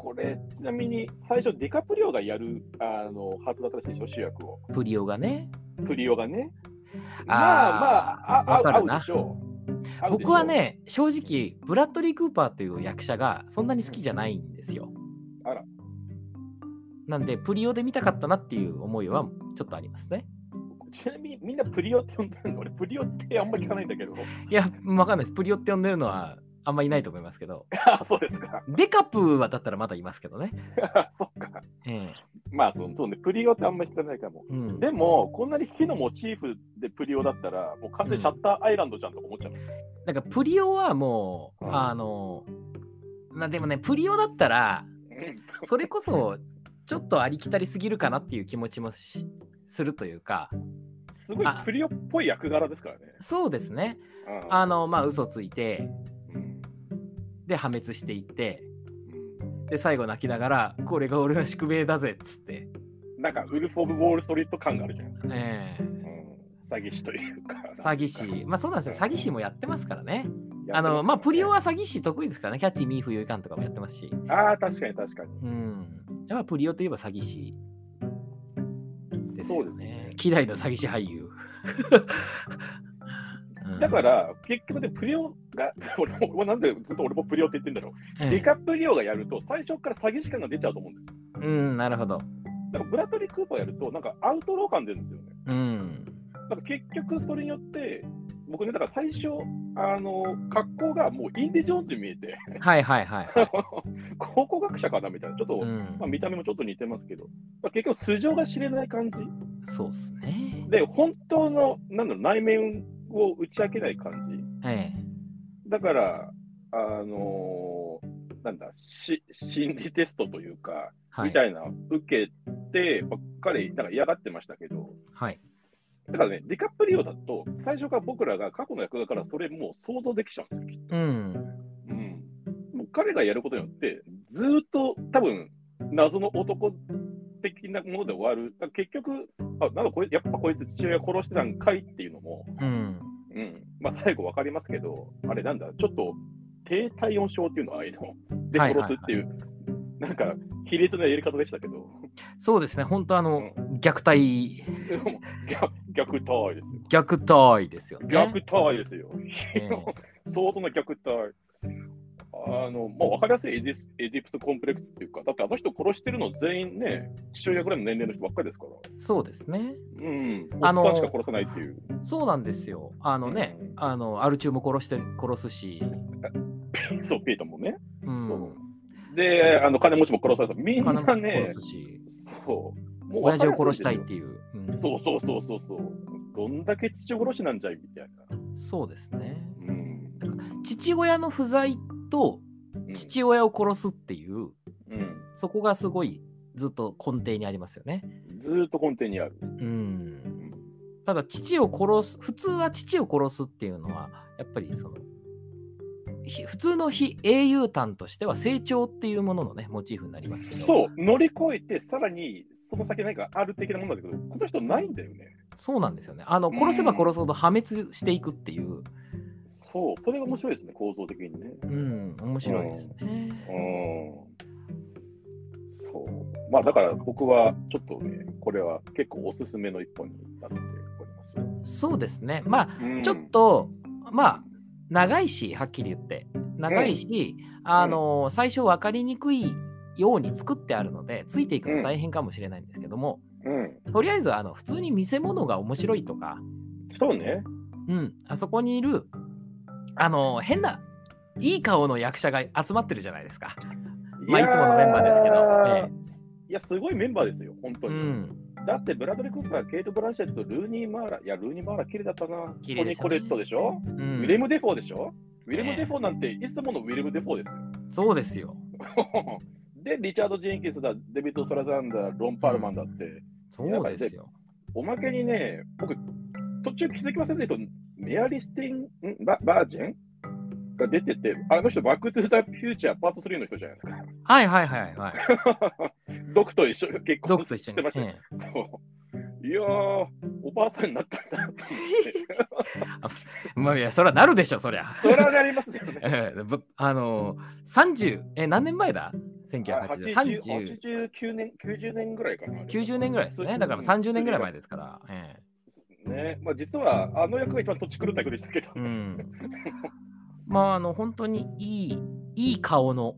S2: これ、ちなみに、最初、ディカプリオがやる、あの、はずだったらしいでしょ、主役を。
S1: プリオがね、
S2: プリオがね。
S1: あー
S2: まあまあ、あ、
S1: わか
S2: あ
S1: る
S2: 合う
S1: な
S2: でしょう。合うでしょう
S1: 僕は、ね、正直、ブラッドリー・クーパーという役者がそんなに好きじゃないんですよ。
S2: あら。
S1: なんで、プリオで見たかったなっていう思いはちょっとありますね。
S2: ちなみにみんなプリオって呼んでるの俺プリオってあんま聞かないんだけど。
S1: いや、わかんないです。プリオって呼んでるのはあんまいないと思いますけど、
S2: あそうですか。
S1: デカプーはだったらまだいますけどね。
S2: そっか。
S1: ええ
S2: まあそうそうね、プリオってあんま聞かないかも。
S1: うん、
S2: でも、こんなに火のモチーフでプリオだったら、もう完全にシャッターアイランドじゃんとか思っちゃう。
S1: なんかプリオはもう、
S2: うん
S1: あの、まあでもね、プリオだったら、それこそちょっとありきたりすぎるかなっていう気持ちもしするというか、
S2: すごい
S1: あ
S2: プリオっぽい役柄ですからね。
S1: そうですね。
S2: うん
S1: あの、まあ、嘘ついて、
S2: うん
S1: で、破滅していって、で、最後泣きながら、これが俺の宿命だぜっつって、
S2: なんか、ウルフ・オブ・ウォール・ストリート感があるじゃないですか。
S1: ええ
S2: うん、詐欺師というか。
S1: 詐欺師、まあそうなんですよ、詐欺師もやってますからね。
S2: やってすね
S1: あの、まあ、プリオ。は詐欺師得意ですからね、キャッチ・ミー・フユイカンとかもやってますし、
S2: ああ、確かに確かに。
S1: うん。やっぱプリオといえば詐欺師です
S2: そう
S1: よ
S2: ですね
S1: ね。希代の詐欺師俳優。
S2: だから、結局でプリオが、 俺も、俺なんでずっと俺もプリオって言ってんだろう。デ
S1: え
S2: カプリオがやると、最初から詐欺師感が出ちゃうと思うんですよ。
S1: えうん、なるほど。
S2: だから、ブラッドリー・クーパーやると、なんかアウトロー感出るんですよね。
S1: うん。
S2: だから結局それによって、僕ね、だから最初、あの、格好がもうインディ・ジョーンズに見えて、
S1: はいはいはいはい。
S2: 考古学者かなみたいな、ちょっと、
S1: うん
S2: まあ、見た目もちょっと似てますけど、まあ、結局素性が知れない感じ
S1: そうっすね。
S2: で、本当の、なんだろう、内面を打ち明けない感じ。
S1: ええ
S2: だから、あのーなんだし、心理テストというか、
S1: は
S2: み
S1: い。
S2: たいな受けて、ばっかりなんか嫌がってましたけど、
S1: はい。
S2: だからね、ディカプリオだと、最初から僕らが過去の役だから、それもう想像できちゃうんですよ、きっと。
S1: うん。
S2: うん、もう彼がやることによって、ずーっと多分謎の男的なもので終わる、だから結局、あなんかこいやっぱこいつ、父親殺してたんかいっていうのも、
S1: うん。
S2: うんまあ、最後わかりますけど、あれなんだ、ちょっと低体温症っていうのはああいうの、で
S1: はいはい
S2: 殺すっていう、なんか卑劣なやり方でし たけど、
S1: そうですね。本当あの、虐待、
S2: でも逆虐待ですよ。
S1: 虐待ですよね。
S2: 虐待ですよ。
S1: え
S2: 相当な虐待。あのまあ、分かりやすいエディスエディプスコンプレックスっていうか、だってあの人殺してるの全員ね、父親ぐらいの年齢の人ばっかりですから、
S1: そうですね。
S2: うん、お
S1: あ
S2: っ
S1: の
S2: さんしか殺さないっていう。
S1: そうなんですよ。あのね、
S2: うん
S1: あの、アルチューも殺して、殺すし、
S2: そう、 ピーターもね。
S1: うん。
S2: そで、あの金持ちも殺された。みん
S1: 金持
S2: な
S1: ちも
S2: ね
S1: 殺、すし、
S2: そう。もう
S1: 親父を
S2: 分かり
S1: 殺
S2: やす
S1: し
S2: で
S1: た
S2: す
S1: いっ
S2: よ
S1: ていう。うん
S2: そうそうそうそうそう。どんだけ父殺しなんじゃいみたいな。
S1: そうですね。
S2: うん。
S1: 父親の不在と
S2: うん
S1: 父親を殺すっていう、
S2: うん。
S1: そこがすごいずっと根底にありますよね。
S2: ずーっと根底にある。
S1: うん。ただ父を殺す普通は父を殺すっていうのはやっぱりそのひ普通の非英雄譚としては成長っていうもののねモチーフになりますけど
S2: そう、乗り越えて、さらにその先なんかある的なものだけど、この人ないんだよね。
S1: そうなんですよねあの
S2: うん
S1: 殺せば殺すほど破滅していくっていう
S2: そう、それが面白いですね、構造的にね。
S1: うん面白いですね
S2: うん。そう。まあだから僕はちょっとね、これは結構おすすめの一本になっております。
S1: そうですねまあ
S2: うん
S1: ちょっ、とまあ長いしはっきり言って長いしあの最初分かりにくいように作ってあるのでついていくの大変かもしれないんですけども
S2: うん。
S1: とりあえずあの普通に見せ物が面白いとか
S2: そうね。
S1: うん、あそこにいる、あの、変な、いい顔の役者が集まってるじゃないですか。まあ、い
S2: や
S1: つものメンバーですけど。え
S2: いや、すごいメンバーですよ、本
S1: え
S2: 当
S1: う
S2: に。
S1: ん、
S2: だって、ブラッドリー・クーパー、ケイト・ブランシェット、ルーニー・マーラ、いや、ルーニー・マーラ、綺麗だったな。
S1: 綺麗でしたね
S2: コニー・コレットでしょ、
S1: う
S2: ウ
S1: ん
S2: ィレム・デフォーでしょウィレム・
S1: ね
S2: デフォーなんて、いつものウィレム・デフォーです よ。
S1: そうですよ。
S2: で、リチャード・ジェンキンスだ、デビッド・サラザンダー、ロン・パールマンだって、
S1: そうですよ。
S2: おまけにね、僕、途中気づきませんでしたけどメアリー・スティンんババージンが出てて、あの人、バック・トゥ・ザ・フューチャーパート3の人じゃないですか。
S1: はいはいはい はい。
S2: ドクと一緒に結
S1: ド
S2: 婚
S1: クと一緒
S2: し
S1: に
S2: てま。したよ
S1: え
S2: そう。いやー、おばあさんになったんだって。
S1: え まあいや、そりゃなるでしょ、そりゃ。
S2: それはなりますよね。
S1: ええぶあの、30、え、何年前だ ?1980、
S2: 80
S1: 30
S2: 89年、90年ぐらいかな。
S1: 90年ぐらいですね。だから
S2: うん
S1: 30年ぐらい前ですから。え
S2: ね、まあ、実は、あの役が一番土地狂った役でしたけど
S1: えう。ん。 まあ、あの、本当にいい、いい顔の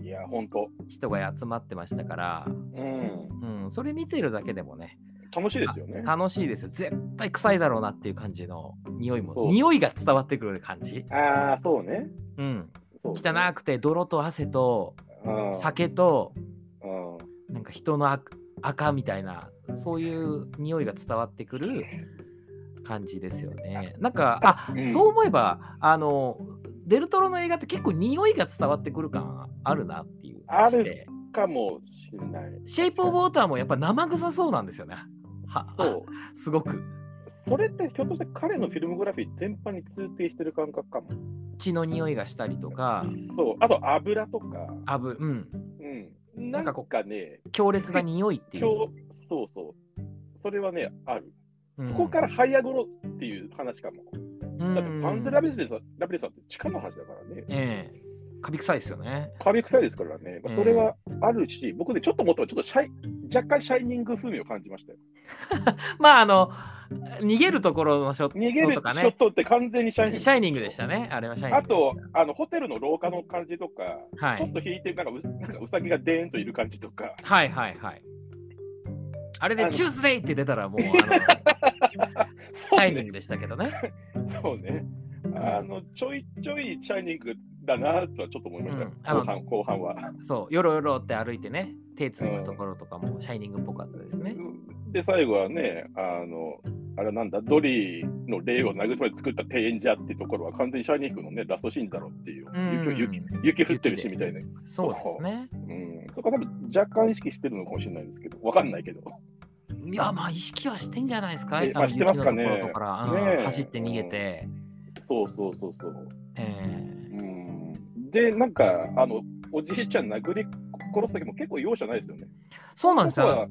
S2: いや、ほんと。
S1: 人が集まってましたから、
S2: うん。
S1: うん、それ見てるだけでもね、
S2: 楽しいですよね。
S1: 楽しいですよ。絶対臭いだろうなっていう感じの匂い
S2: そ
S1: も、
S2: う
S1: 匂いが伝わってくる感じ。
S2: ああ、そうね。
S1: うん、
S2: そうね
S1: 汚くて、泥と汗と、
S2: うん
S1: 酒と、
S2: うん
S1: なんか人の赤赤みたいな、そういう匂いが伝わってくる感じですよね。なんか、あ、
S2: うん
S1: そう思えば、あの、デルトロの映画って結構匂いが伝わってくる感あるなっていう。
S2: ある
S1: して
S2: かもしれない。
S1: シェイプ・オブ・ウォーターもやっぱ生臭そうなんですよね。は
S2: そう。
S1: すごく。
S2: それってひょっとして彼のフィルムグラフィー全般に通底してる感覚かも。
S1: 血の匂いがしたりとか、
S2: そう。あと油とか。
S1: あぶうん、
S2: うん。
S1: な
S2: な
S1: んん
S2: か
S1: かこう
S2: ね、
S1: 強烈な匂いってい
S2: 今
S1: う。
S2: 日、そうそう。それはね、ある。
S1: うん
S2: そこから這い上がろうっていう話かも。だって、パンゼラビレさん、ラビレさんって地下の話だからね。
S1: ええカビ臭いですよね。
S2: カビ臭いですからね。まあ、それはあるし、僕ね、ちょっと思ったのは、ちょっとシャイ、若干シャイニング風味を感じましたよ。
S1: まあ、あの、逃げるところのショット
S2: 逃げるシ
S1: とか
S2: ョ
S1: ね
S2: ッ。トって完全にシャイニング。
S1: シャイニングでしたね。あれはシャイニン
S2: あ
S1: グで
S2: と
S1: し、
S2: あのホテルの廊下の感じとか、
S1: た。は
S2: ちょっ
S1: い。
S2: と引いてなんかう、 なんかうさぎがデーンといる感じとか、
S1: はいはいはい。あれ
S2: あ
S1: で、
S2: の
S1: チューズデイって出たら、もう、 あ
S2: そ
S1: の、
S2: う
S1: シャイニン
S2: ね
S1: グでしたけどね。
S2: そうねあの、ちょいちょいシャイニングだなとはちょっと思いましたよ、
S1: うんあの
S2: 後半後半は。
S1: そう、よろよろって歩いてね、手つくところとかも、シャイニングっぽかったですね。
S2: で、最後はね、あの、あれなんだ、ドリーの霊を慰めて作った庭園じゃってところは完全にシャイニングのね、ラストシーンだろうっていう、
S1: うん
S2: 雪雪雪降ってるしみたいな、
S1: そうですね。
S2: うん、そこは多分若干意識してるのかもしれないですけど、わかんないけど、
S1: いや、まあ、意識はしてんじゃないですか。
S2: え
S1: あ
S2: ま
S1: の
S2: あしてますかね
S1: 雪のところとか
S2: ね
S1: ら、うん
S2: え
S1: 走って逃げて。
S2: そうそうそうそう。
S1: え
S2: うん、で、なんか、あの、おじいちゃん殴り殺す時も結構容赦ないですよね。
S1: ーそうなんです
S2: ここ
S1: よ
S2: は。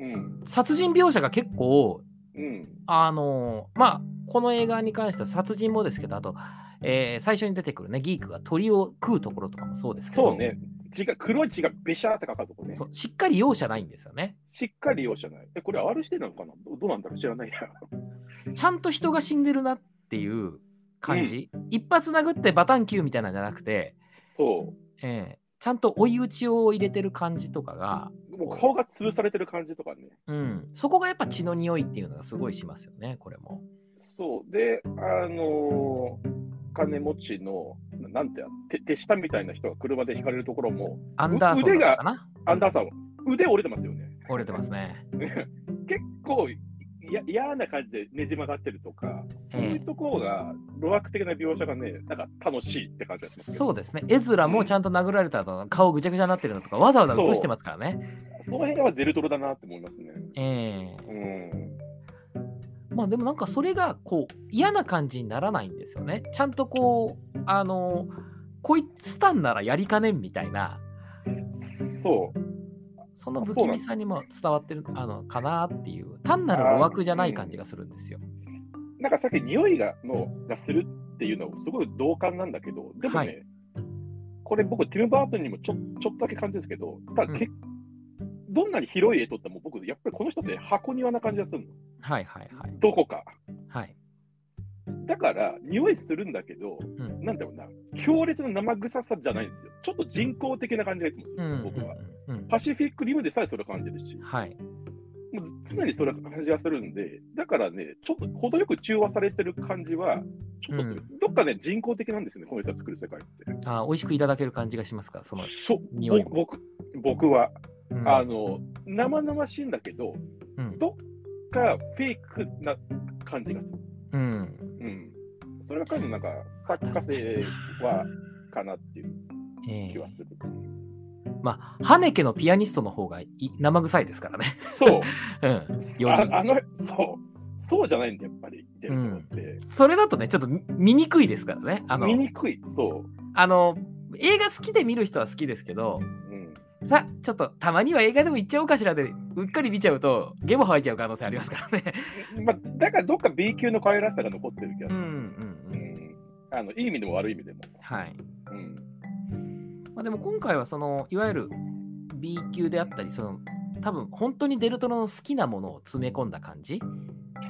S2: うん、
S1: 殺人描写が結構
S2: うん、
S1: あのーまあこの映画に関しては殺人もですけどあと、えー最初に出てくるねギークが鳥を食うところとかもそうですけど
S2: そうね。血が黒い血がべしゃーってかかるとこね
S1: そ。うしっかり容赦ないんですよね
S2: しっかり容赦ない。え、これ R してなのかなどどうなんだろう知らないや。
S1: ちゃんと人が死んでるなっていう感じ、一発殴ってバタンキューみたいなんじゃなくて、
S2: そ
S1: えーちゃんと追い打ちを入れてる感じとかが、
S2: う。もう顔が潰されてる感じとかね。
S1: うん、そこがやっぱ血の匂いっていうのがすごいしますよねこれも
S2: そう。で、あのー金持ちの、ななんてや手、手下みたいな人が車で引かれるところも、
S1: アンダーソンだったかな
S2: アンダーさん、腕折れてますよね。
S1: 折れてますね
S2: 結構いや嫌な感じでねじ曲がってるとか、そういうところが、露悪的な描写がね、なんか楽しいって感じですね。
S1: そうですね。エズラもちゃんと殴られた後、顔ぐちゃぐちゃになってるのとか、わざわざ映してますからね。
S2: その辺はデルトロだなって思いますね。
S1: ええ
S2: うん。
S1: まあでもなんかそれがこう嫌な感じにならないんですよね。ちゃんとこう、あの、こいつたんならやりかねんみたいな、
S2: そう。
S1: その不気味さにも伝わってるあのかなっていう、単なる露悪じゃない感じがするんですよ。
S2: なんかさっき匂いがのがするっていうのはすごい同感なんだけど、でも
S1: は
S2: ね、
S1: い
S2: これ僕、ティム・バートンにもちょちょっとだけ感じですけど、ただ
S1: うん
S2: け、どんなに広い絵撮っても僕、やっぱりこの人って箱庭な感じがするの。
S1: はいはいはい。
S2: どこか。
S1: はい、
S2: だから、匂いするんだけど、
S1: ん
S2: なんだろうな、強烈な生臭さじゃないんですよ。ちょっと人工的な感じがいつもす
S1: う
S2: る、
S1: ん
S2: 僕は。
S1: うんうん
S2: パシフィックリムでさえそれを感じるし、
S1: はい。
S2: もう常にそれは感じがするんで、だからね、ちょっと程よく中和されてる感じは、ちょっとする、どっかね、人工的なんですよね、この人が作る世界って。
S1: あー美味しくいただける感じがしますか、その。
S2: そう
S1: 匂いも
S2: 僕僕は、
S1: うん
S2: あの、生々しいんだけど、
S1: うん
S2: どっかフェイクな感じがする。
S1: うん
S2: うん。それが彼のなんか、作家性は、かなっていう
S1: え
S2: 気は
S1: え
S2: する。
S1: まあ、ハネケのピアニストの方がい生臭いですからね。
S2: そう。
S1: うん。より
S2: ああのそう、そうじゃないんだ、やっぱり、デルトロって。
S1: それだとね、ちょっと見見にくいですからね。あの
S2: 見、にくい、そう。
S1: あの映画好きで見る人は好きですけど、
S2: うん、
S1: さ、ちょっとたまには映画でも行っちゃおうかしらで、うっかり見ちゃうと、ゲボ吐いちゃう可能性ありますからね。
S2: まあ、だからどっか B 級の可愛らしさが残ってる気が
S1: う
S2: す
S1: んう
S2: る。
S1: ん
S2: う
S1: うん。
S2: んあのいい意味でも悪い意味でも。
S1: はい。
S2: うん、
S1: まあ、でも今回は、その、いわゆる B 級であったり、その、多分本当にデルトロの好きなものを詰め込んだ感じ、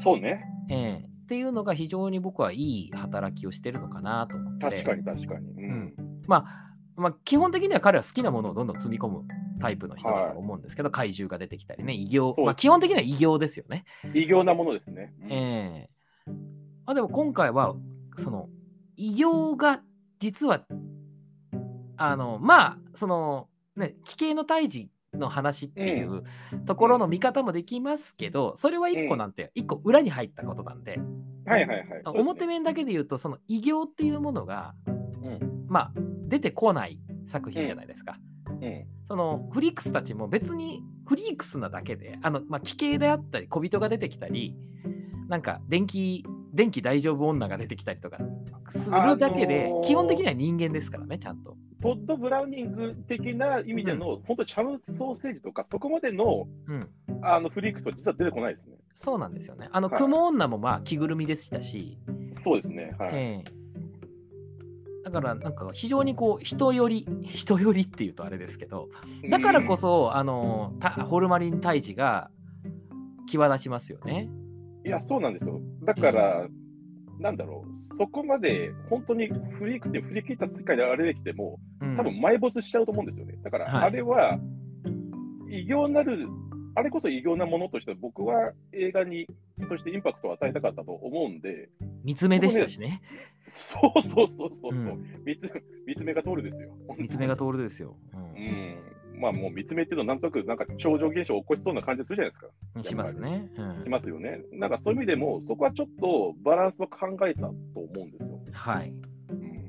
S2: そうね、
S1: ええっていうのが非常に僕はいい働きをしてるのかなと思って。
S2: 確かに確かに。う
S1: うん
S2: ん
S1: まあ、まあ、基本的には彼は好きなものをどんどん積み込むタイプの人だと思うんですけど、怪獣が出てきたりね、異形
S2: そ、う
S1: まあ、基本的には異形ですよね。
S2: 異形なものですね。うん
S1: ええまあ、でも今回は、その、異形が実は、あの、まあ、その、ね、奇形の胎児の話っていううところの見方もできますけど、それは一個なんて、一個裏に入ったことなんで、
S2: はいはいはい。
S1: 表
S2: 目、
S1: 面だけで言うと、その異形っていうものが、
S2: うん
S1: まあ、出てこない作品じゃないですか。
S2: うん
S1: そのフリークスたちも別にフリークスなだけであの、まあ、奇形であったり小人が出てきたりなんか電気電気大丈夫女が出てきたりとかするだけで、
S2: あのー
S1: 基本的には人間ですからねちゃんと。
S2: トッド・ブラウニング的な意味での、本当、チャムソーセージとか、そこまでの
S1: うん、
S2: あのフリークスは実は出てこないですね。
S1: そうなんですよね。あの
S2: はい
S1: 雲女もまあ着ぐるみでしたし、
S2: そうですね。はい
S1: ええだからなんか非常にこう人より人よりっていうとあれですけどだからこそ、あのたホルマリン胎児が際立ちますよね。
S2: うん、いや、そうなんですよ。だから、なんだろう、そこまで本当に振りくて振り切った世界であれできても、
S1: うん、
S2: 多分埋没しちゃうと思うんですよね。だから、
S1: はい
S2: あれは、異形なる、あれこそ異形なものとして、僕は映画に、としてインパクトを与えたかったと思うんで、
S1: 見つめでしたしね。
S2: そうそうそうそうそう、
S1: うん
S2: 見つ、見つめが通るですよ。
S1: 見つめが通るですよ。う
S2: うんん。まあもう見つめっていうのは、なんとなく、なんか超常現象を起こしそうな感じするじゃないですか。
S1: しますね。う
S2: し
S1: ん、
S2: ますよね。なんかそういう意味でも、そこはちょっとバランスを考えたと思うんですよ。
S1: はい。
S2: うん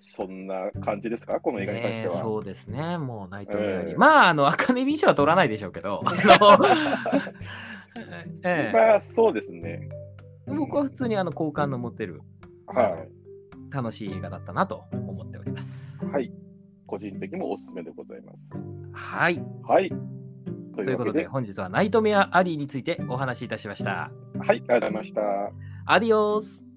S2: そんな感じですか、この映画に関して
S1: えー
S2: は。
S1: そうですね、もうナイトメアリー。
S2: えー
S1: まあ、あの、アカデミー賞は取らないでしょうけ ど、あのえ
S2: まあ、そうですね。
S1: え僕は普通にあの好感の持てる
S2: は
S1: 楽しい映画だったなと思っております
S2: い。。はい。個人的にもおすすめでございます。
S1: はい。
S2: はい。と
S1: ということで、本日はナイトメアアリーについてお話しいたしました。
S2: はい、ありがとうございました。
S1: アディオス